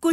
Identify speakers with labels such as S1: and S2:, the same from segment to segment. S1: 股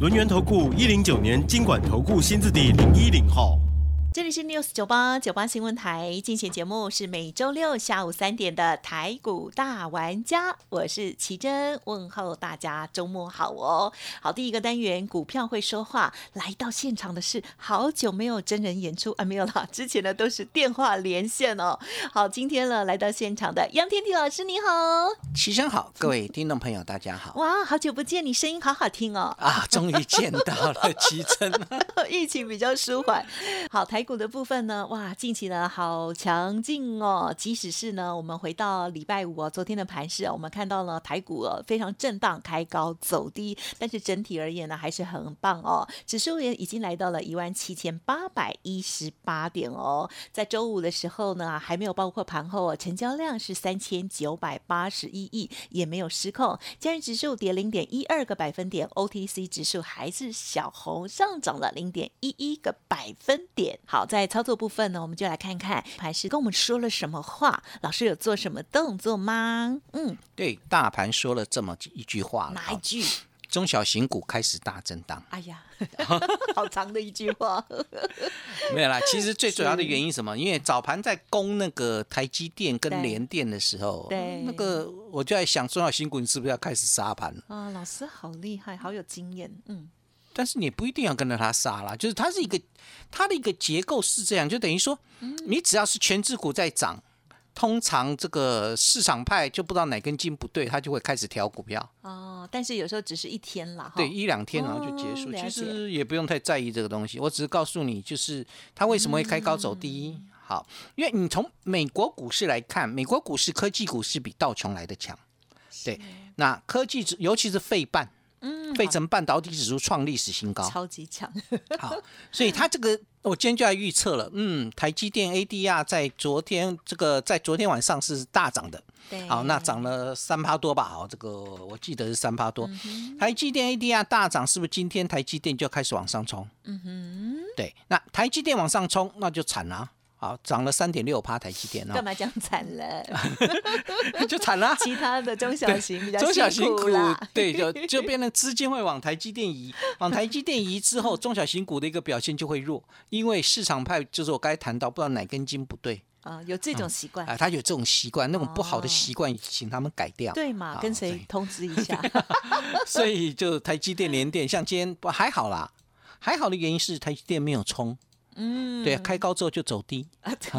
S2: 轮源投顾一零九年经管投顾新字第零一零号。
S3: 这里是 News 九八九八新闻台，进行节目是每周六下午三点的台股大玩家，我是奇珍，问候大家周末好哦。好，第一个单元股票会说话，来到现场的是好久没有真人演出啊，没有啦， 之前呢都是电话连线哦。好，今天呢来到现场的杨天地老师你好，
S4: 齐声好， 各位听众朋友，大家好
S3: 哇，好久不见，你声音好好听哦。
S4: 啊！终于见到了齐声，
S3: 疫情比较舒缓。好，台股的部分呢，哇，近期呢好强劲哦。即使是呢，我们回到礼拜五哦，昨天的盘市啊，我们看到了台股哦非常震荡，开高走低，但是整体而言呢，还是很棒哦。指数也已经来到了一万七千八百一十八点哦。在周五的时候呢，还没有包括盘后哦，成交量是三千九百八十一亿，也没有失控。加元指数跌零点一二个百分点，OTC 指数还是小红上涨了零点一一个百分点。好，在操作部分呢，我们就来看看盘是跟我们说了什么话，老师有做什么动作吗？嗯，
S4: 对大盘说了这么一句话了
S3: 哪一
S4: 啊，
S3: 句？
S4: 中小型股开始大震 荡，
S3: 哎呀，好长的一句话。
S4: 没有啦。其实最主要的原因是什么？因为早盘在攻那个台积电跟
S3: 对
S4: 联电的时候，
S3: 对
S4: 那个我就在想，中小型股你是不是要开始杀盘了？
S3: 啊，老师好厉害，好有经验。嗯，
S4: 但是你也不一定要跟着它杀啦，就是它是一个它的一个结构是这样，就等于说，
S3: 嗯
S4: 你只要是全指股在涨，通常这个市场派就不知道哪根筋不对，它就会开始调股票，
S3: 哦，但是有时候只是一天啦，哈
S4: 对，一两天然后就结束。
S3: 哦了解
S4: 其实也不用太在意这个东西，我只是告诉你，就是它为什么会开高走低。
S3: 嗯
S4: 好，因为你从美国股市来看，美国股市科技股是比道琼来的强，对。那科技指，尤其是费半，嗯，费城半导体指数创历史新高，
S3: 超级强。
S4: 好，所以它这个我今天就来预测了，嗯，台积电 ADR 在昨天这个在昨天晚上是大涨的，
S3: 对，
S4: 好，那涨了三趴多吧，好，这个我记得是三趴
S3: 嗯
S4: 多，台积电 ADR 大涨，是不是今天台积电就开始往上冲？嗯哼，对，那台积电往上冲，那就惨了、好，涨了三点六趴，台积电
S3: 干
S4: 哦，
S3: 嘛讲惨了？
S4: 就 惨了、
S3: 其他的中小型比较
S4: 中小型
S3: 辛
S4: 股
S3: 啦。
S4: 对， 就就变成资金会往台积电移，往台积电移之 后，中小型股的一个表现就会弱，因为市场派就是我刚才谈到，不知道哪根筋不对
S3: 啊，有这种习惯
S4: 啊、，他有这种习惯，那种不好
S3: 哦
S4: 的习惯，请他们改掉。
S3: 对嘛？
S4: 好
S3: 跟谁？通知一 下？
S4: 所以所以就台积电、联电，像今天不还好啦，还好的原因是台积电没有冲，
S3: 嗯，
S4: 对、啊，开高之后就走低，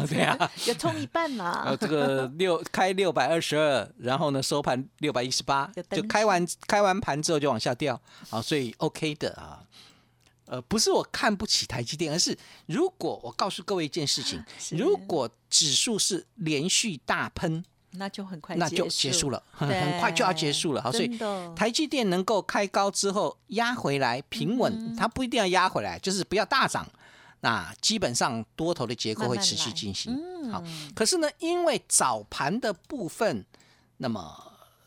S4: 对啊，
S3: 有冲一半啦
S4: 呃，。这个六 开六百二十二，然后呢收盘六百一十八
S3: 有，灯
S4: 就开完开完盘之后就往下掉，啊，所以 OK 的啊。呃，不是我看不起台积电，而是如果我告诉各位一件事情，
S3: 啊是
S4: 如果指数是连续大喷，
S3: 那就很快
S4: 那就结束
S3: 了。
S4: 了， 很很快就要结束了。好，所以
S3: 真的
S4: 台积电能够开高之后压回来平
S3: 嗯
S4: 稳，它不一定要压回来，就是不要大涨。那基本上多头的结构会持续进行。好，
S3: 嗯
S4: 可是呢，因为早盘的部分，那么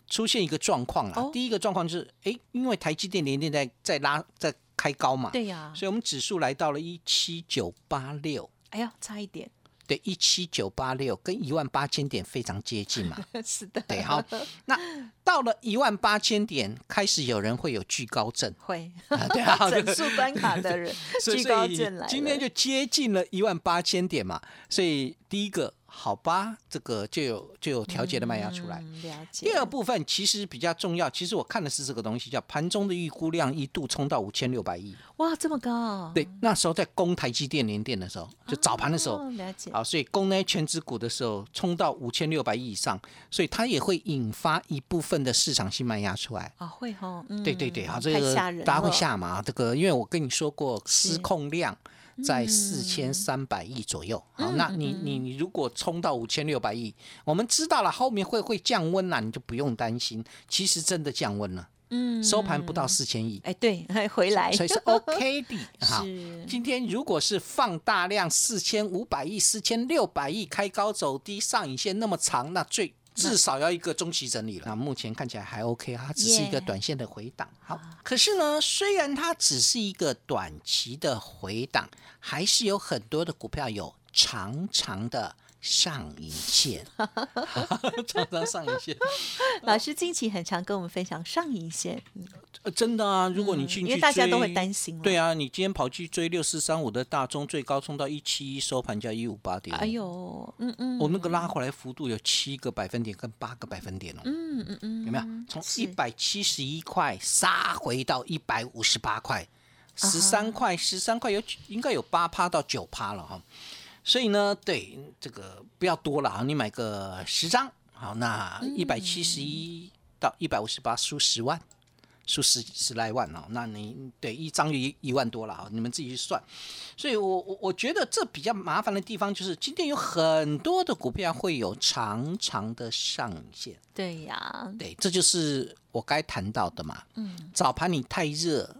S4: 出现一个状况啦。
S3: 哦
S4: 第一个状况就是，诶，因为台积电连电在在拉在开高嘛，
S3: 对呀
S4: 所，以我们指数来到了一七九八六。
S3: 哎呀，差一点，
S4: 对，一七九八六跟一万八千点非常接近嘛，
S3: 是的，，
S4: 对，好，那到了一万八千点，开始有人会有惧高症
S3: 会
S4: 啊对啊，
S3: 整数关卡的人
S4: 所以
S3: 居高症来了。
S4: 今天就接近了一万八千点嘛，所以第一个好吧，这个就有就有调节的卖压出来。
S3: 嗯了解。
S4: 第二部分其实比较重要，其实我看的是这个东西，叫盘中的预估量一度冲到五千六百亿。
S3: 哇，这么高，啊
S4: 对，那时候在攻台积电、联电的时候，就早盘的时候，
S3: 哦了解。
S4: 啊，所以公开全指股的时候冲到五千六百亿以上，所以它也会引发一部分的市场性卖压出来。
S3: 啊，会哈，嗯
S4: 对对对，好，这
S3: 太
S4: 个
S3: 吓人
S4: 大家会
S3: 了
S4: 下嘛？这个因为我跟你说过，
S3: 是嗯
S4: 失控量在四千三百亿左右。好，那你你你如果冲到五千六百亿，我们知道了后面会会降温啦，你就不用担心。其实真的降温了，
S3: 嗯
S4: 收盘不到四千亿，
S3: 哎，对，还回来，
S4: 所以是 OK 的哈
S3: 是。
S4: 今天如果是放大量四千五百亿、四千六百亿开高走低，上影线那么长，那最至少要一个中期整理了。那目前看起来还 OK，它只是一个
S3: Yeah
S4: 短线的回档。好，可是呢，虽然它只是一个短期的回档，还是有很多的股票有长长的上影线，长长上影线。
S3: 老师近期很常跟我们分享上影线，
S4: 呃，真的啊，如果你进去追、
S3: 嗯因为大家都会担心了
S4: 对啊，你今天跑去追六四三五的大中，最高冲到一七一，收盘价一五八点。
S3: 哎，呦，嗯嗯，
S4: 我、哦那个拉回来幅度有七个百分点跟八个百分点哦，
S3: 嗯嗯嗯，
S4: 有没有？从一百七十一块杀回到一百五十八块，
S3: 啊
S4: 十三块，十三块有应该有八趴到九趴了哈、所以呢，对这个不要多了啊，你买个十张，好，那
S3: 嗯
S4: 一百七十一到一百五十八输十万，输十十来万哦，那你对一张就一一万多了啊，你们自己去算。所以我我我觉得这比较麻烦的地方就是，今天有很多的股票会有长长的上影线，
S3: 对呀，
S4: 对，这就是我该谈到的嘛。嗯，早盘你太热，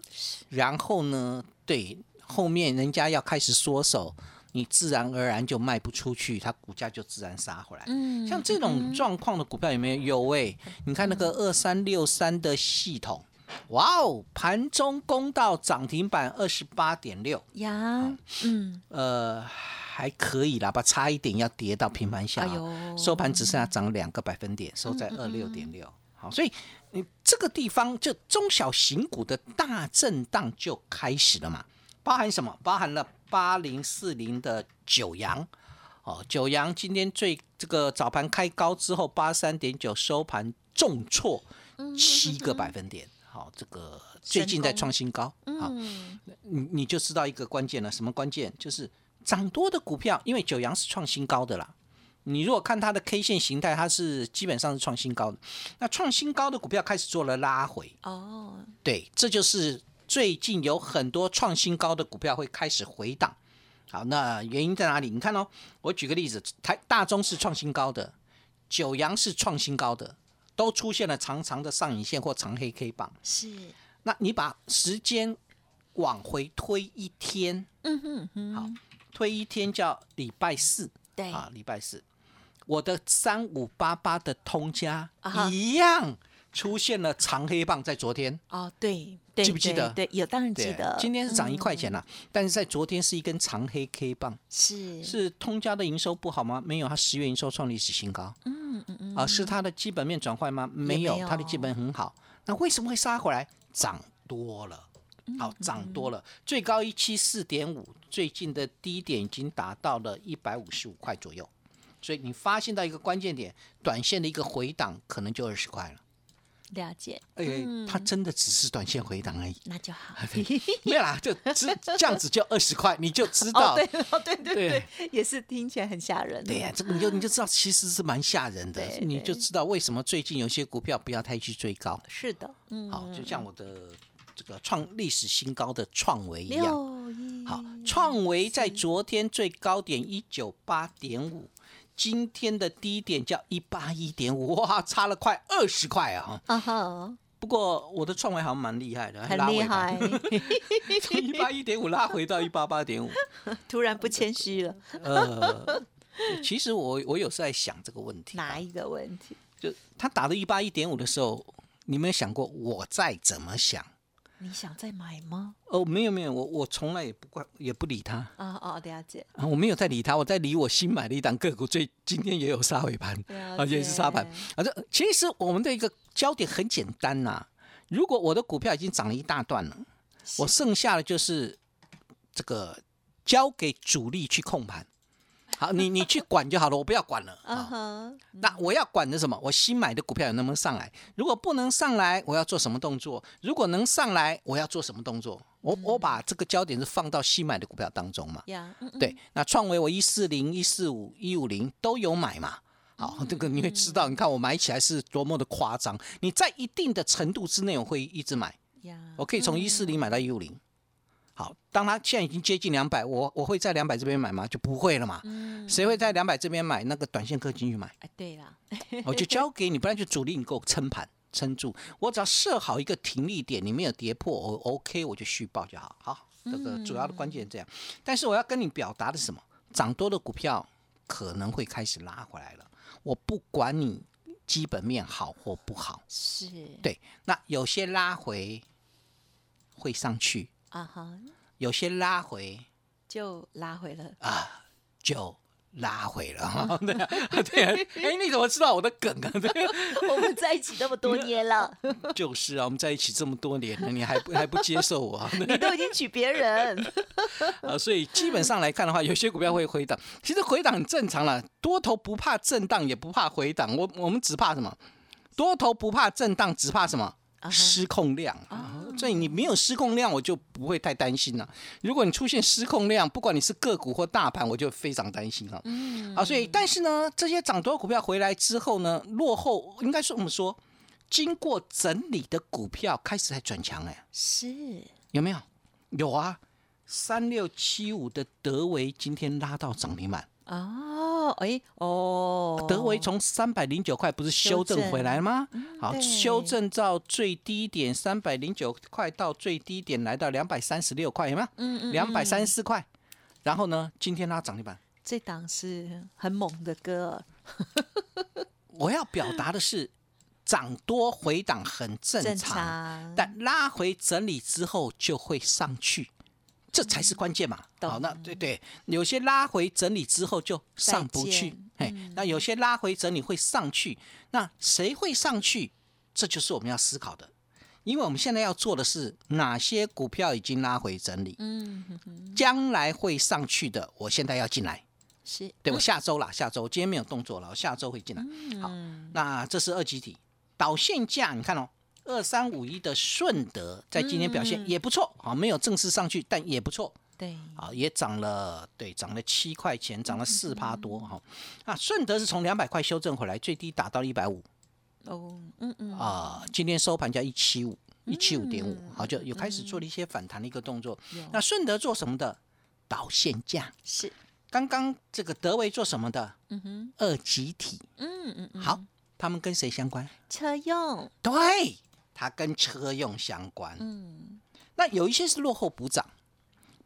S4: 然后呢，对，后面人家要开始缩手，你自然而然就卖不出去，它股价就自然杀回来。
S3: 嗯嗯
S4: 像这种状况的股票有没有？有诶、你看那个二三六三的系统，哇哦，盘中攻到涨停板二十八点六，
S3: 呀，嗯，
S4: 呃，还可以啦吧，差一点要跌到平盘下、啊
S3: 哎呦嗯
S4: 收盘只剩下涨两个百分点，收在二六点六。好，所以你这个地方就中小型股的大震荡就开始了嘛，包含什么？包含了八零四零的九阳。哦，九阳今天最这个早盘开高之后，八三点九收盘重挫
S3: 嗯
S4: 七个百分点。好，这个最近在创新高。
S3: 嗯
S4: 好，你你就知道一个关键了，什么关键？就是涨多的股票，因为九阳是创新高的啦。你如果看它的 K 线形态，它是基本上是创新高的。那创新高的股票开始做了拉回，
S3: 哦，
S4: 对，这就是最近有很多创新高的股票会开始回档。好，那原因在哪里？你看哦，我举个例子，台大中是创新高的，九阳是创新高的，都出现了长长的上影线或长黑 K 棒。
S3: 是，
S4: 那你把时间往回推一天，
S3: 嗯哼哼，哎
S4: 好，推一天叫礼拜四，
S3: 对
S4: 啊，礼拜四，我的三五八八的通家
S3: 啊哈
S4: 一样出现了长黑棒，在昨天，
S3: 哦，对对，
S4: 记不记
S3: 对
S4: 得
S3: 对，有，当然记
S4: 对
S3: 得，
S4: 今天是涨一
S3: 嗯
S4: 块钱啦，但是在昨天是一根长黑 K 棒，
S3: 是
S4: 是通家的营收不好吗？没有，它十月营收创历史新高，
S3: 嗯嗯嗯，
S4: 啊，是它的基本面转坏吗？没
S3: 没
S4: 有，它的
S3: 有
S4: 基本很好。那为什么会杀回来？涨多了，
S3: 嗯
S4: 好，涨多了，最高一七四点五，最近的低点已经达到了一百五十五块左右。所以你发现到一个关键点，短线的一个回档可能就二十块了。
S3: 了解，
S4: 哎、它
S3: 嗯
S4: 真的只是短线回档而已，
S3: 那就
S4: 啊
S3: 好。
S4: 没有啦，就只这样子就二十块，你就知
S3: 哦，
S4: 道。
S3: 对，哦，对对
S4: 对
S3: 对，也是听起来很吓人。哦
S4: 对呀、这个你就你就知道，其实是蛮吓人的，
S3: 对
S4: 你
S3: 对
S4: 就知道为什么最近有些股票不要太去追高。
S3: 是的，嗯，
S4: 好，就像我的这个创历史新高的创维一样。
S3: 六一
S4: 好，创维在昨天最高点一九八点五，今天的低点叫一八一点五，哇，差了快二十块啊！
S3: 啊哈，
S4: 不过我的创维好像蛮厉害的，
S3: 很
S4: 拉
S3: 厉
S4: 回来
S3: 害，，
S4: 从一八一点五拉回到一八八点五。
S3: 突然不谦虚了，
S4: 呃，其实我我有时候在想这个问题，
S3: 哪一个问题？
S4: 就他打到一八一点五的时候，你有没有想过我在怎么想？
S3: 你想再买吗？
S4: 哦，没有没有，我我从来也不管也不理他。
S3: 啊哦，了解，
S4: 啊，我没有在理他，我在理我新买的一档个股，最今天也有杀尾盘，
S3: 了
S4: 啊，也是杀盘
S3: 解。
S4: 啊，这其实我们的一个焦点很简单呐、如果我的股票已经涨了一大段了，我剩下的就是这个交给主力去控盘。好，你你去管就好了，我不要管了。
S3: 啊
S4: 啊
S3: 哈，
S4: 那我要管的什么？我新买的股票能不能上来？如果不能上来，我要做什么动作？如果能上来，我要做什么动作？我我把这个焦点是放到新买的股票当中嘛。
S3: 呀，嗯嗯
S4: 对，那创维我一四零、一四五、一五零都有买嘛。好，这个你会知道，你看我买起来是多么的夸张。你在一定的程度之内，我会一直买，
S3: 呀，
S4: 我可以从一四零买到一五零。好，当它现在已经接近两百，我我会在两百这边买吗？就不会了
S3: 嗯
S4: 嘛。谁会在两百这边买？那个短线客进去买，
S3: 哎，对啦，
S4: 哦我就交给你，不然就主力你给我撑盘。撑住。我只要设好一个停利点，你没有跌破，我 OK 我就续报就好。好，这个主要的关键这样。但是我要跟你表达的是什么？涨多的股票可能会开始拉回来了。我不管你基本面好或不好，
S3: 是，
S4: 对，那有些拉回会上去，
S3: 啊哈，
S4: 有些拉回
S3: 就拉回了。
S4: 就拉回了哈。 对啊，对啊，哎，你怎么知道我的梗啊？对啊，
S3: 我们在一起这么多年了，
S4: 就是啊，我们在一起这么多年了，你还不还不接受我 啊？
S3: 你都已经娶别人，
S4: 啊，所以基本上来看的话，有些股票会回档，其实回档很正常了，多头不怕震荡，也不怕回档，我我们只怕什么？多头不怕震荡，只怕什么？
S3: 啊哈哦
S4: 失控量啊，所以你没有失控量，我就不会太担心了。如果你出现失控量，不管你是个股或大盘，我就非常担心了。嗯，啊，所以但是呢，这些涨多股票回来之后呢，落后应该说我们说，经过整理的股票开始在转强哎、
S3: 是
S4: 有没有？有啊，三六七五的德维今天拉到涨停板，
S3: 哦，哎哦，
S4: 德维从三百零九块不是修正嗯回来吗？好，
S3: 对
S4: 修正到最低点三百零九块到最低点来到两百三十六块，有没有？嗯嗯，两百三十四块。然后呢，今天拉涨停板。
S3: 这档是很猛的歌，
S4: 我要表达的是，涨多回档很正常，
S3: 正常
S4: 但拉回整理之后就会上去，这才是关键嘛。
S3: 懂
S4: 好，那对对，有些拉回整理之后就上不
S3: 再
S4: 去
S3: 见，
S4: 哎，那有些拉回整理会上去，那谁会上去？这就是我们要思考的。因为我们现在要做的是哪些股票已经拉回整理，
S3: 嗯，
S4: 将来会上去的，我现在要进来。
S3: 是
S4: 对我下周啦，下周今天没有动作了，我下周会进来。好，
S3: 嗯
S4: 那这是二级体导线价，你看哦，二三五一的顺德在今天表
S3: 嗯
S4: 现也不错，啊好，没有正式上去，但也不错，
S3: 对，
S4: 好，也涨了，对，涨了七块钱，涨了四趴多
S3: 嗯
S4: 哈。啊，顺德是从两百块修正回来，最低打到一百五
S3: 哦，嗯嗯，
S4: 啊，今天收盘价一七五，一七五点五，好，就有
S3: 嗯
S4: 开始做了一些反弹的一个动作。那顺德做什么的？导线价。
S3: 是，
S4: 刚刚这个德维做什么的？
S3: 嗯哼，
S4: 二级体。
S3: 嗯嗯嗯，
S4: 好，他们跟谁相关？
S3: 车用，
S4: 对，它跟车用相关。
S3: 嗯，
S4: 那有一些是落后补涨，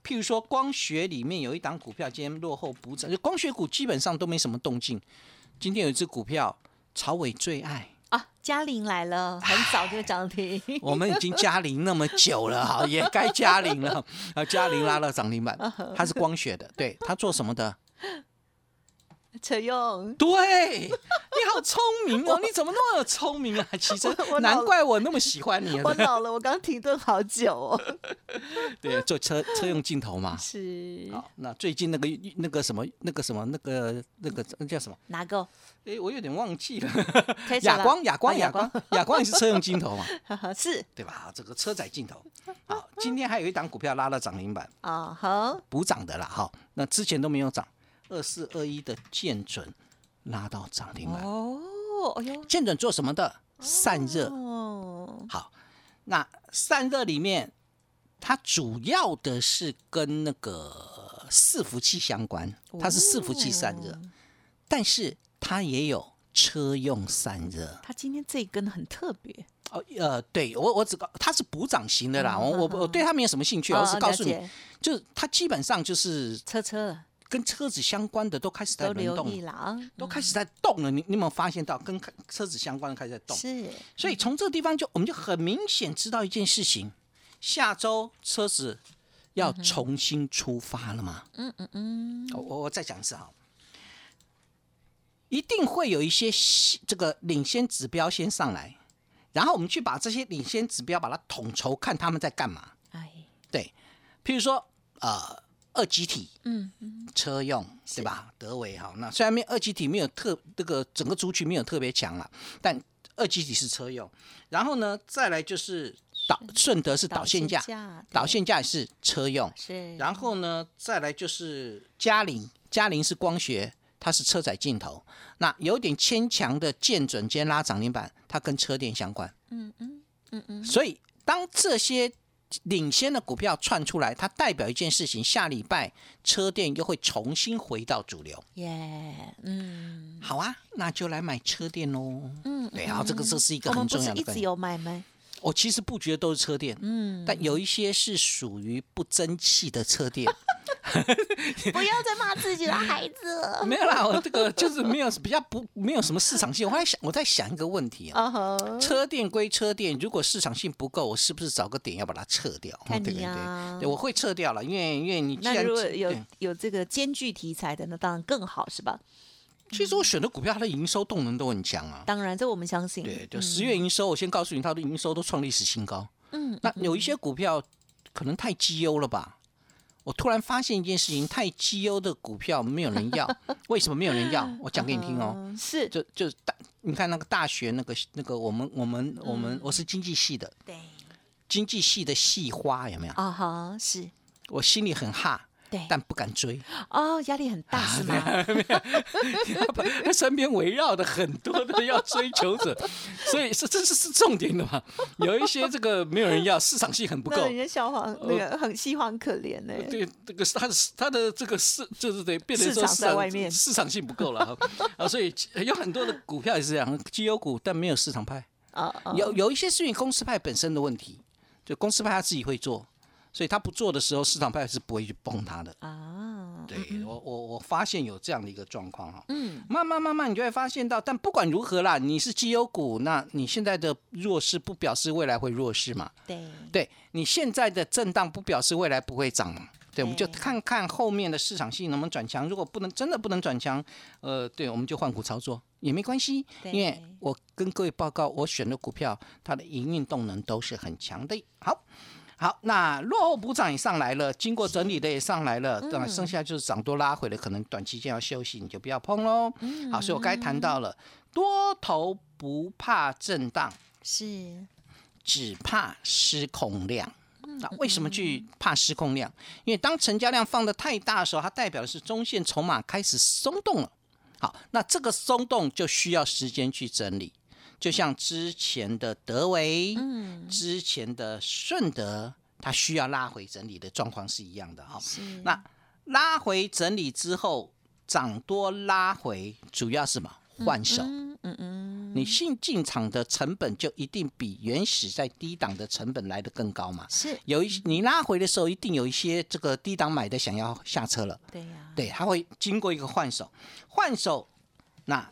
S4: 譬如说光学里面有一档股票今天落后补涨，就光学股基本上都没什么动静。今天有一只股票，曹伟 最爱，
S3: 啊，嘉玲来了，很早就涨停，
S4: 我们已经加零那么久了哈，也该加 零了。啊，加零拉了涨停
S3: 嗯
S4: 板，它是光学的，对，它做什么 的？
S3: 车 用，
S4: 对，你好聪明哦！你怎么那么聪明啊，奇珍
S3: 我？脑
S4: 难怪我那么喜欢你啊！
S3: 我老了，我刚停顿好久哦，
S4: 对，做车车用镜头嘛。
S3: 是
S4: 好，那最近那个那个什么那个什么那个那个那叫什么？
S3: 哪个？
S4: 哎，我有点忘记了。
S3: Tesla
S4: 哑光，哑光，
S3: 啊
S4: 哑光，哑光也是车用镜头嘛，
S3: 是
S4: 对吧？啊这个车载镜头。好，今天还有一档股票拉了涨停板，
S3: 啊，好，
S4: 补涨的啦。哈，那之前都没有涨，二四二一的建准拉到涨停板。
S3: 哦，哎呦，
S4: 建准做什么的？散热。
S3: 哦，
S4: 好，那散热里面，它主要的是跟那个伺服器相关，它是伺服器散
S3: 哦
S4: 热，但是它也有车用散热。
S3: 他今天这一根很特别，
S4: 哦，呃，对我我只告它是补涨型的啦，我我我对它没有什么兴趣，我
S3: 哦
S4: 是告诉
S3: 了
S4: 你
S3: 解，
S4: 就是它基本上就是
S3: 车车了
S4: 跟车子相关的都开始在
S3: 都
S4: 轮
S3: 留意
S4: 动，
S3: 了啊，
S4: 都开始在动了。你你有没有发现到跟车子相关的开始在动？
S3: 是
S4: 所以从这个地方就我们就很明显知道一件事情：下周车子要重新出发了嘛？嗯嗯嗯。我我再讲一次哈，一定会有一些西这个领先指标先上来，然后我们去把这些领先指标把它统筹，看他们在干嘛。
S3: 哎，
S4: 对，譬如说呃二级体，嗯嗯，车用对吧？德维哈，那虽然没有二级体没有特这个整个族群没有特别强了，但二级体是车用，然后呢再来就是导顺德是导线架，导线架也是车用，
S3: 是，
S4: 然后呢再来就是嘉陵，嘉陵是光学。它是车载镜头，那有点牵强的见准，今天拉涨停板，它跟车电相关。
S3: 嗯嗯嗯嗯，
S4: 所以当这些领先的股票窜出来，它代表一件事情：下礼拜车电又会重新回到主流。
S3: 耶，嗯
S4: 好啊，那就来买车电喽。
S3: 嗯，
S4: 对啊，这个这是一个
S3: 我
S4: 很
S3: 们不
S4: 重
S3: 是
S4: 要的
S3: 一
S4: 概
S3: 直
S4: 念。
S3: 有买卖，
S4: 我其实不觉得都是车电，
S3: 嗯，
S4: 但有一些是属于不争气的车店，
S3: 不要再骂自己的孩子了。
S4: 没有啦，我这个就是没有比较不没有什么市场性。我还想我在想一个问题啊，
S3: 啊哈，
S4: 车店归车店，如果市场性不够，我是不是找个点要把它撤掉？
S3: 看
S4: 对
S3: 你
S4: 对
S3: 啊
S4: 对，对我会撤掉了，因为因为你既
S3: 那
S4: 然嗯
S3: 如果有
S4: 对
S3: 有这个兼具题材的，那当然更好，是吧？
S4: 其实我选的股票，它的营收动能都很强啊。
S3: 当然，这我们相信。
S4: 对，就十月营收，我先告诉你，它的营收都创历史新高。
S3: 嗯，
S4: 那有一些股票可能太绩优了吧？我突然发现一件事情，太绩优的股票没有人 要，为什么没有人要？我讲给你听哦，
S3: 嗯，是，
S4: 就就大，你看那个大学那个那个我们我们我们我是经济系的，
S1: 对，
S4: 经济系的系花有没有？
S3: 啊哈，是，
S4: 我心里很哈，
S3: 对，
S4: 但不敢追，
S3: 哦，压力很大是吗？
S4: 身边围绕的很多的要追求者，所以是这是是重点的嘛？有一些这个没有人要，市场性很不
S3: 那
S4: 够哦
S3: 人。家小黄那个很西黄可怜呢、
S4: 对，这个是它的它的这个市就是得变成
S3: 市
S4: 说
S3: 场
S4: 市
S3: 在
S4: 场
S3: 外面
S4: 市场性不够了 哈啊，所以有很多的股票也是这样，绩优股但没有市场派，
S3: 啊啊，
S4: 有有一些是因为公司派本身的问题，就公司派他自己会做，所以他不做的时候，市场派是不会去碰他的。
S3: 啊，
S4: 对我我我发现有这样的一个状况哈，
S3: 嗯，
S4: 慢慢慢慢你就会发现到，但不管如何啦，你是绩优股，那你现在的弱势不表示未来会弱势嘛？
S3: 对，
S4: 对你现在的震荡不表示未来不会涨嘛？对，我们就
S3: 对
S4: 看看后面的市场性能不能转强。如果不能，真的不能转强，呃，对，我们就换股操作也没关系，因为
S3: 对
S4: 我跟各位报告，我选的股票它的营运动能都是很强的。好。好，那落后补涨也上来了，经过整理的也上来了，那、剩下就是涨多拉回的，可能短期间要休息，你就不要碰喽。好，所以我该谈到了多头不怕震荡，
S3: 是，
S4: 只怕失控量。
S3: 嗯
S4: 那为什么去怕失控量？因为当成交量放的太大的时候，它代表的是中线筹码开始松动了。好，那这个松动就需要时间去整理，就像之前的德维，
S3: 嗯，
S4: 之前的顺德，它需要拉回整理的状况是一样的哈、
S3: 是，
S4: 那拉回整理之后，涨多拉回，主要是什么？换手。
S3: 嗯嗯嗯，
S4: 你新进场的成本就一定比原始在低档的成本来得更高嘛？
S3: 是，
S4: 有一你拉回的时候，一定有一些这个低档买的想要下车了，
S3: 对呀、
S4: 对，它会经过一个换手，换手，那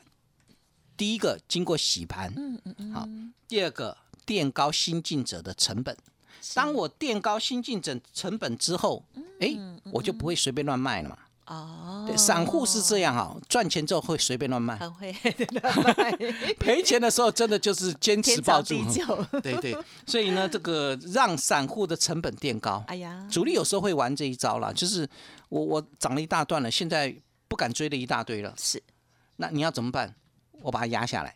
S4: 第一个经过洗盘，
S3: 嗯嗯嗯，
S4: 好，第二个垫高新进者的成本。当我垫高新进者成本之后，诶，我就不会随便乱卖了嘛。
S3: 嗯哦，
S4: 对，散户是这样啊、赚钱之后会随便乱卖，
S3: 很会乱卖，
S4: 赔钱的时候真的就是 坚持
S3: 天
S4: 抱
S3: 长
S4: 住
S3: 地。 久。
S4: 对对，所以呢，这个让散户的成本垫高，
S3: 哎呀，
S4: 主力有时候会玩这一招啦，就是我我涨了一大段了，现在不敢追的一大堆了，
S3: 是
S4: 那你要怎么办？我把它压下来，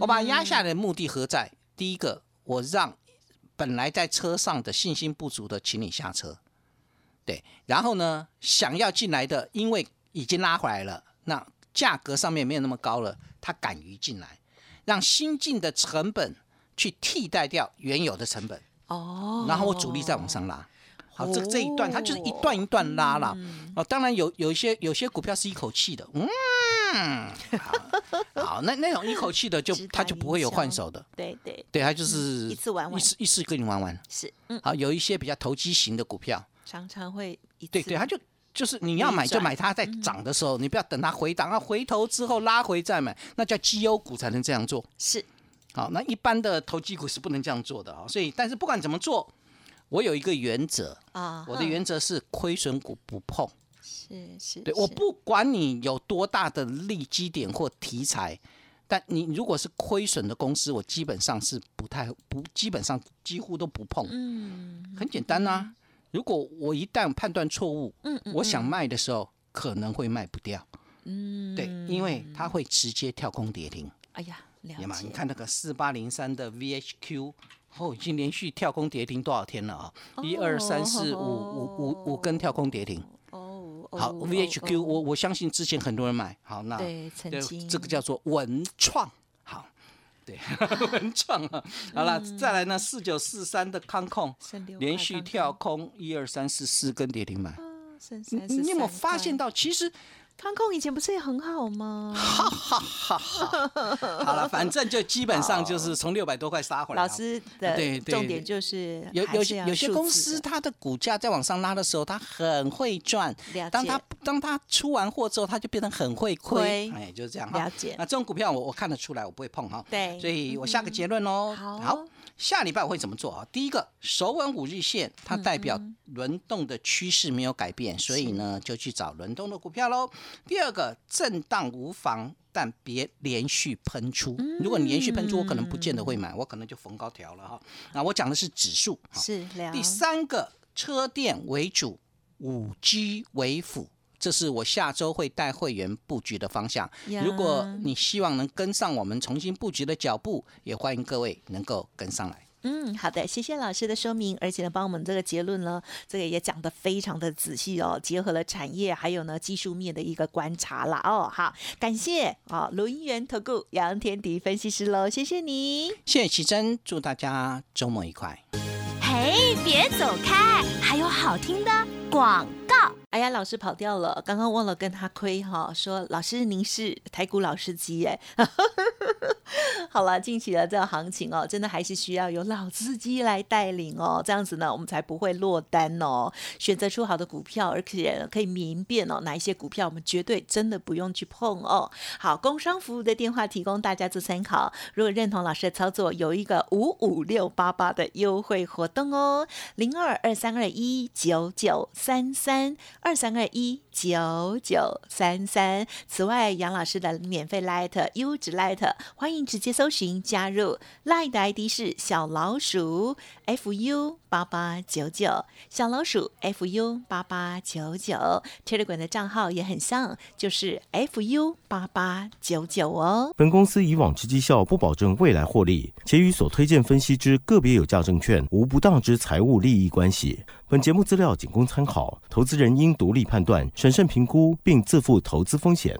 S4: 我把它压下来的目的何在？第一个，我让本来在车上的信心不足的，请你下车，对，然后呢，想要进来的，因为已经拉回来了，那价格上面没有那么高了，他敢于进来，让新进的成本去替代掉原有的成本。
S3: 哦，
S4: 然后我主力再往上拉。好，这这一段它就是一段一段拉啦。
S3: 嗯
S4: 哦，当然有有一些有些股票是一口气的，嗯，好，好那那种一口气的 就
S3: 直达
S4: 它就不会有
S3: 营销
S4: 换手的，
S3: 对对
S4: 对，它就是
S3: 嗯一次玩完
S4: 一次一次跟你玩完。
S3: 是，嗯，
S4: 好，有一些比较投机型的股票，
S3: 常常会一次
S4: 对对，它就就是你要买就买它在涨的时候，
S3: 嗯
S4: 你不要等它回档啊，回头之后拉回再买，那叫绩优股才能这样做。
S3: 是
S4: 好，那一般的投机股是不能这样做的啊、所以但是不管怎么做，我有一个原则，
S3: 啊，
S4: 我的
S3: 哼
S4: 原则是亏损股不碰。
S3: 是是，
S4: 对，我
S3: 是
S4: 不管你有多大的利基点或题材，但你如果是亏损的公司，我基本上是不太不，基本上几乎都不碰。
S3: 嗯
S4: 很简单啊，如果我一旦判断错误，
S3: 嗯嗯，
S4: 我想卖的时候可能会卖不掉。
S3: 嗯，
S4: 对，因为它会直接跳空跌停。
S3: 哎呀，了
S4: 也嘛，
S3: 解，
S4: 你看那个四八零三的 VHQ，哦，已经连续跳空跌停多少天了啊？一二三四五五五五根跳空跌停。
S3: 哦，
S4: 好
S3: 哦
S4: ，VHQ，
S3: 哦
S4: 我我相相信之前很多人买，好，那
S3: 对曾
S4: 啊对
S3: 经
S4: 这个叫做文创，好，对， 文创
S3: 嗯
S4: 啊，好了，再来呢，四九四三的康控
S3: 剩六块
S4: 连续
S3: 康
S4: 跳空一二三四四根跌停板，
S3: 哦剩
S4: 你
S3: 三十
S4: 你有没有发现
S3: 到
S4: 到，其 实
S3: 康控以前不是也很好吗？
S4: 好了，反正就基本上就是从六百多块杀回来。
S3: 老师的
S4: 对对
S3: 重点就是
S4: 有
S3: 还
S4: 有
S3: 是
S4: 些
S3: 要
S4: 有些
S3: 数
S4: 公
S3: 字
S4: 司
S3: 的
S4: 它的股价在往上拉的时候，它很会赚
S3: 了。
S4: 当
S3: 解
S4: 它当它出完货之后，它就变得很会亏。
S3: 亏
S4: 哎，就是这样
S3: 了解
S4: 那这种股票我我看得出来，我不会碰哈。
S3: 对嗯
S4: 所以我下个结论喽。
S3: 好
S4: 下礼拜我会怎么做啊？第一个，首稳五日线，它代表轮动的趋势没有改变，所以呢就去找轮动的股票喽。第二个，震荡无妨。但别连续喷出，
S3: 嗯
S4: 如果你连续喷出，我可能不见得会买，我可能就逢高调了哈。那我讲的是指数，哈
S3: 是啊了
S4: 第三个，车电为主，五 G 为辅。这是我下周会带会员布局的方向。
S3: 呀
S4: 如果你希望能跟上我们重新布局的脚步，也欢迎各位能够跟上来。
S3: 嗯，好的，谢谢老师的说明，而且呢，帮我们这个结论呢，这个也讲得非常的仔细哦，结合了产业还有呢技术面的一个观察啦哦。好，感谢啊、哦，轮源投顾杨天迪分析师喽，谢谢你。
S4: 谢谢奇珍，祝大家周末愉快。
S1: 嘿，别走开，还有好听的广告。
S3: 哎呀，老师跑掉了，刚刚忘了跟他亏哈，说老师您是台股老司机哎。 好了，近期的这个行情哦，真的还是需要有老司机来带领哦，这样子呢，我们才不会落单哦，选择出好的股票，而且可以明辨哦哪一些股票我们绝对真的不用去碰哦。好，工商服务的电话提供大家做参考，如果认同老师的操作，有一个五五六八八的优惠活动哦，零二二三二一九九三三二三二一九九三三。此外，杨老师的免费 Light 优质 Light，欢迎直接搜寻加入，Light 的 ID 是小老鼠 fu 八八九九，小老鼠 fu 八八九九，Telegram 的账号也很像，就是 fu 八八九九哦。
S2: 本公司以往之绩效不保证未来获利，且与所推荐分析之个别有价证券无不当之财务利益关系。本节目资料仅供参考，投资人应独立判断、审慎评估，并自负投资风险。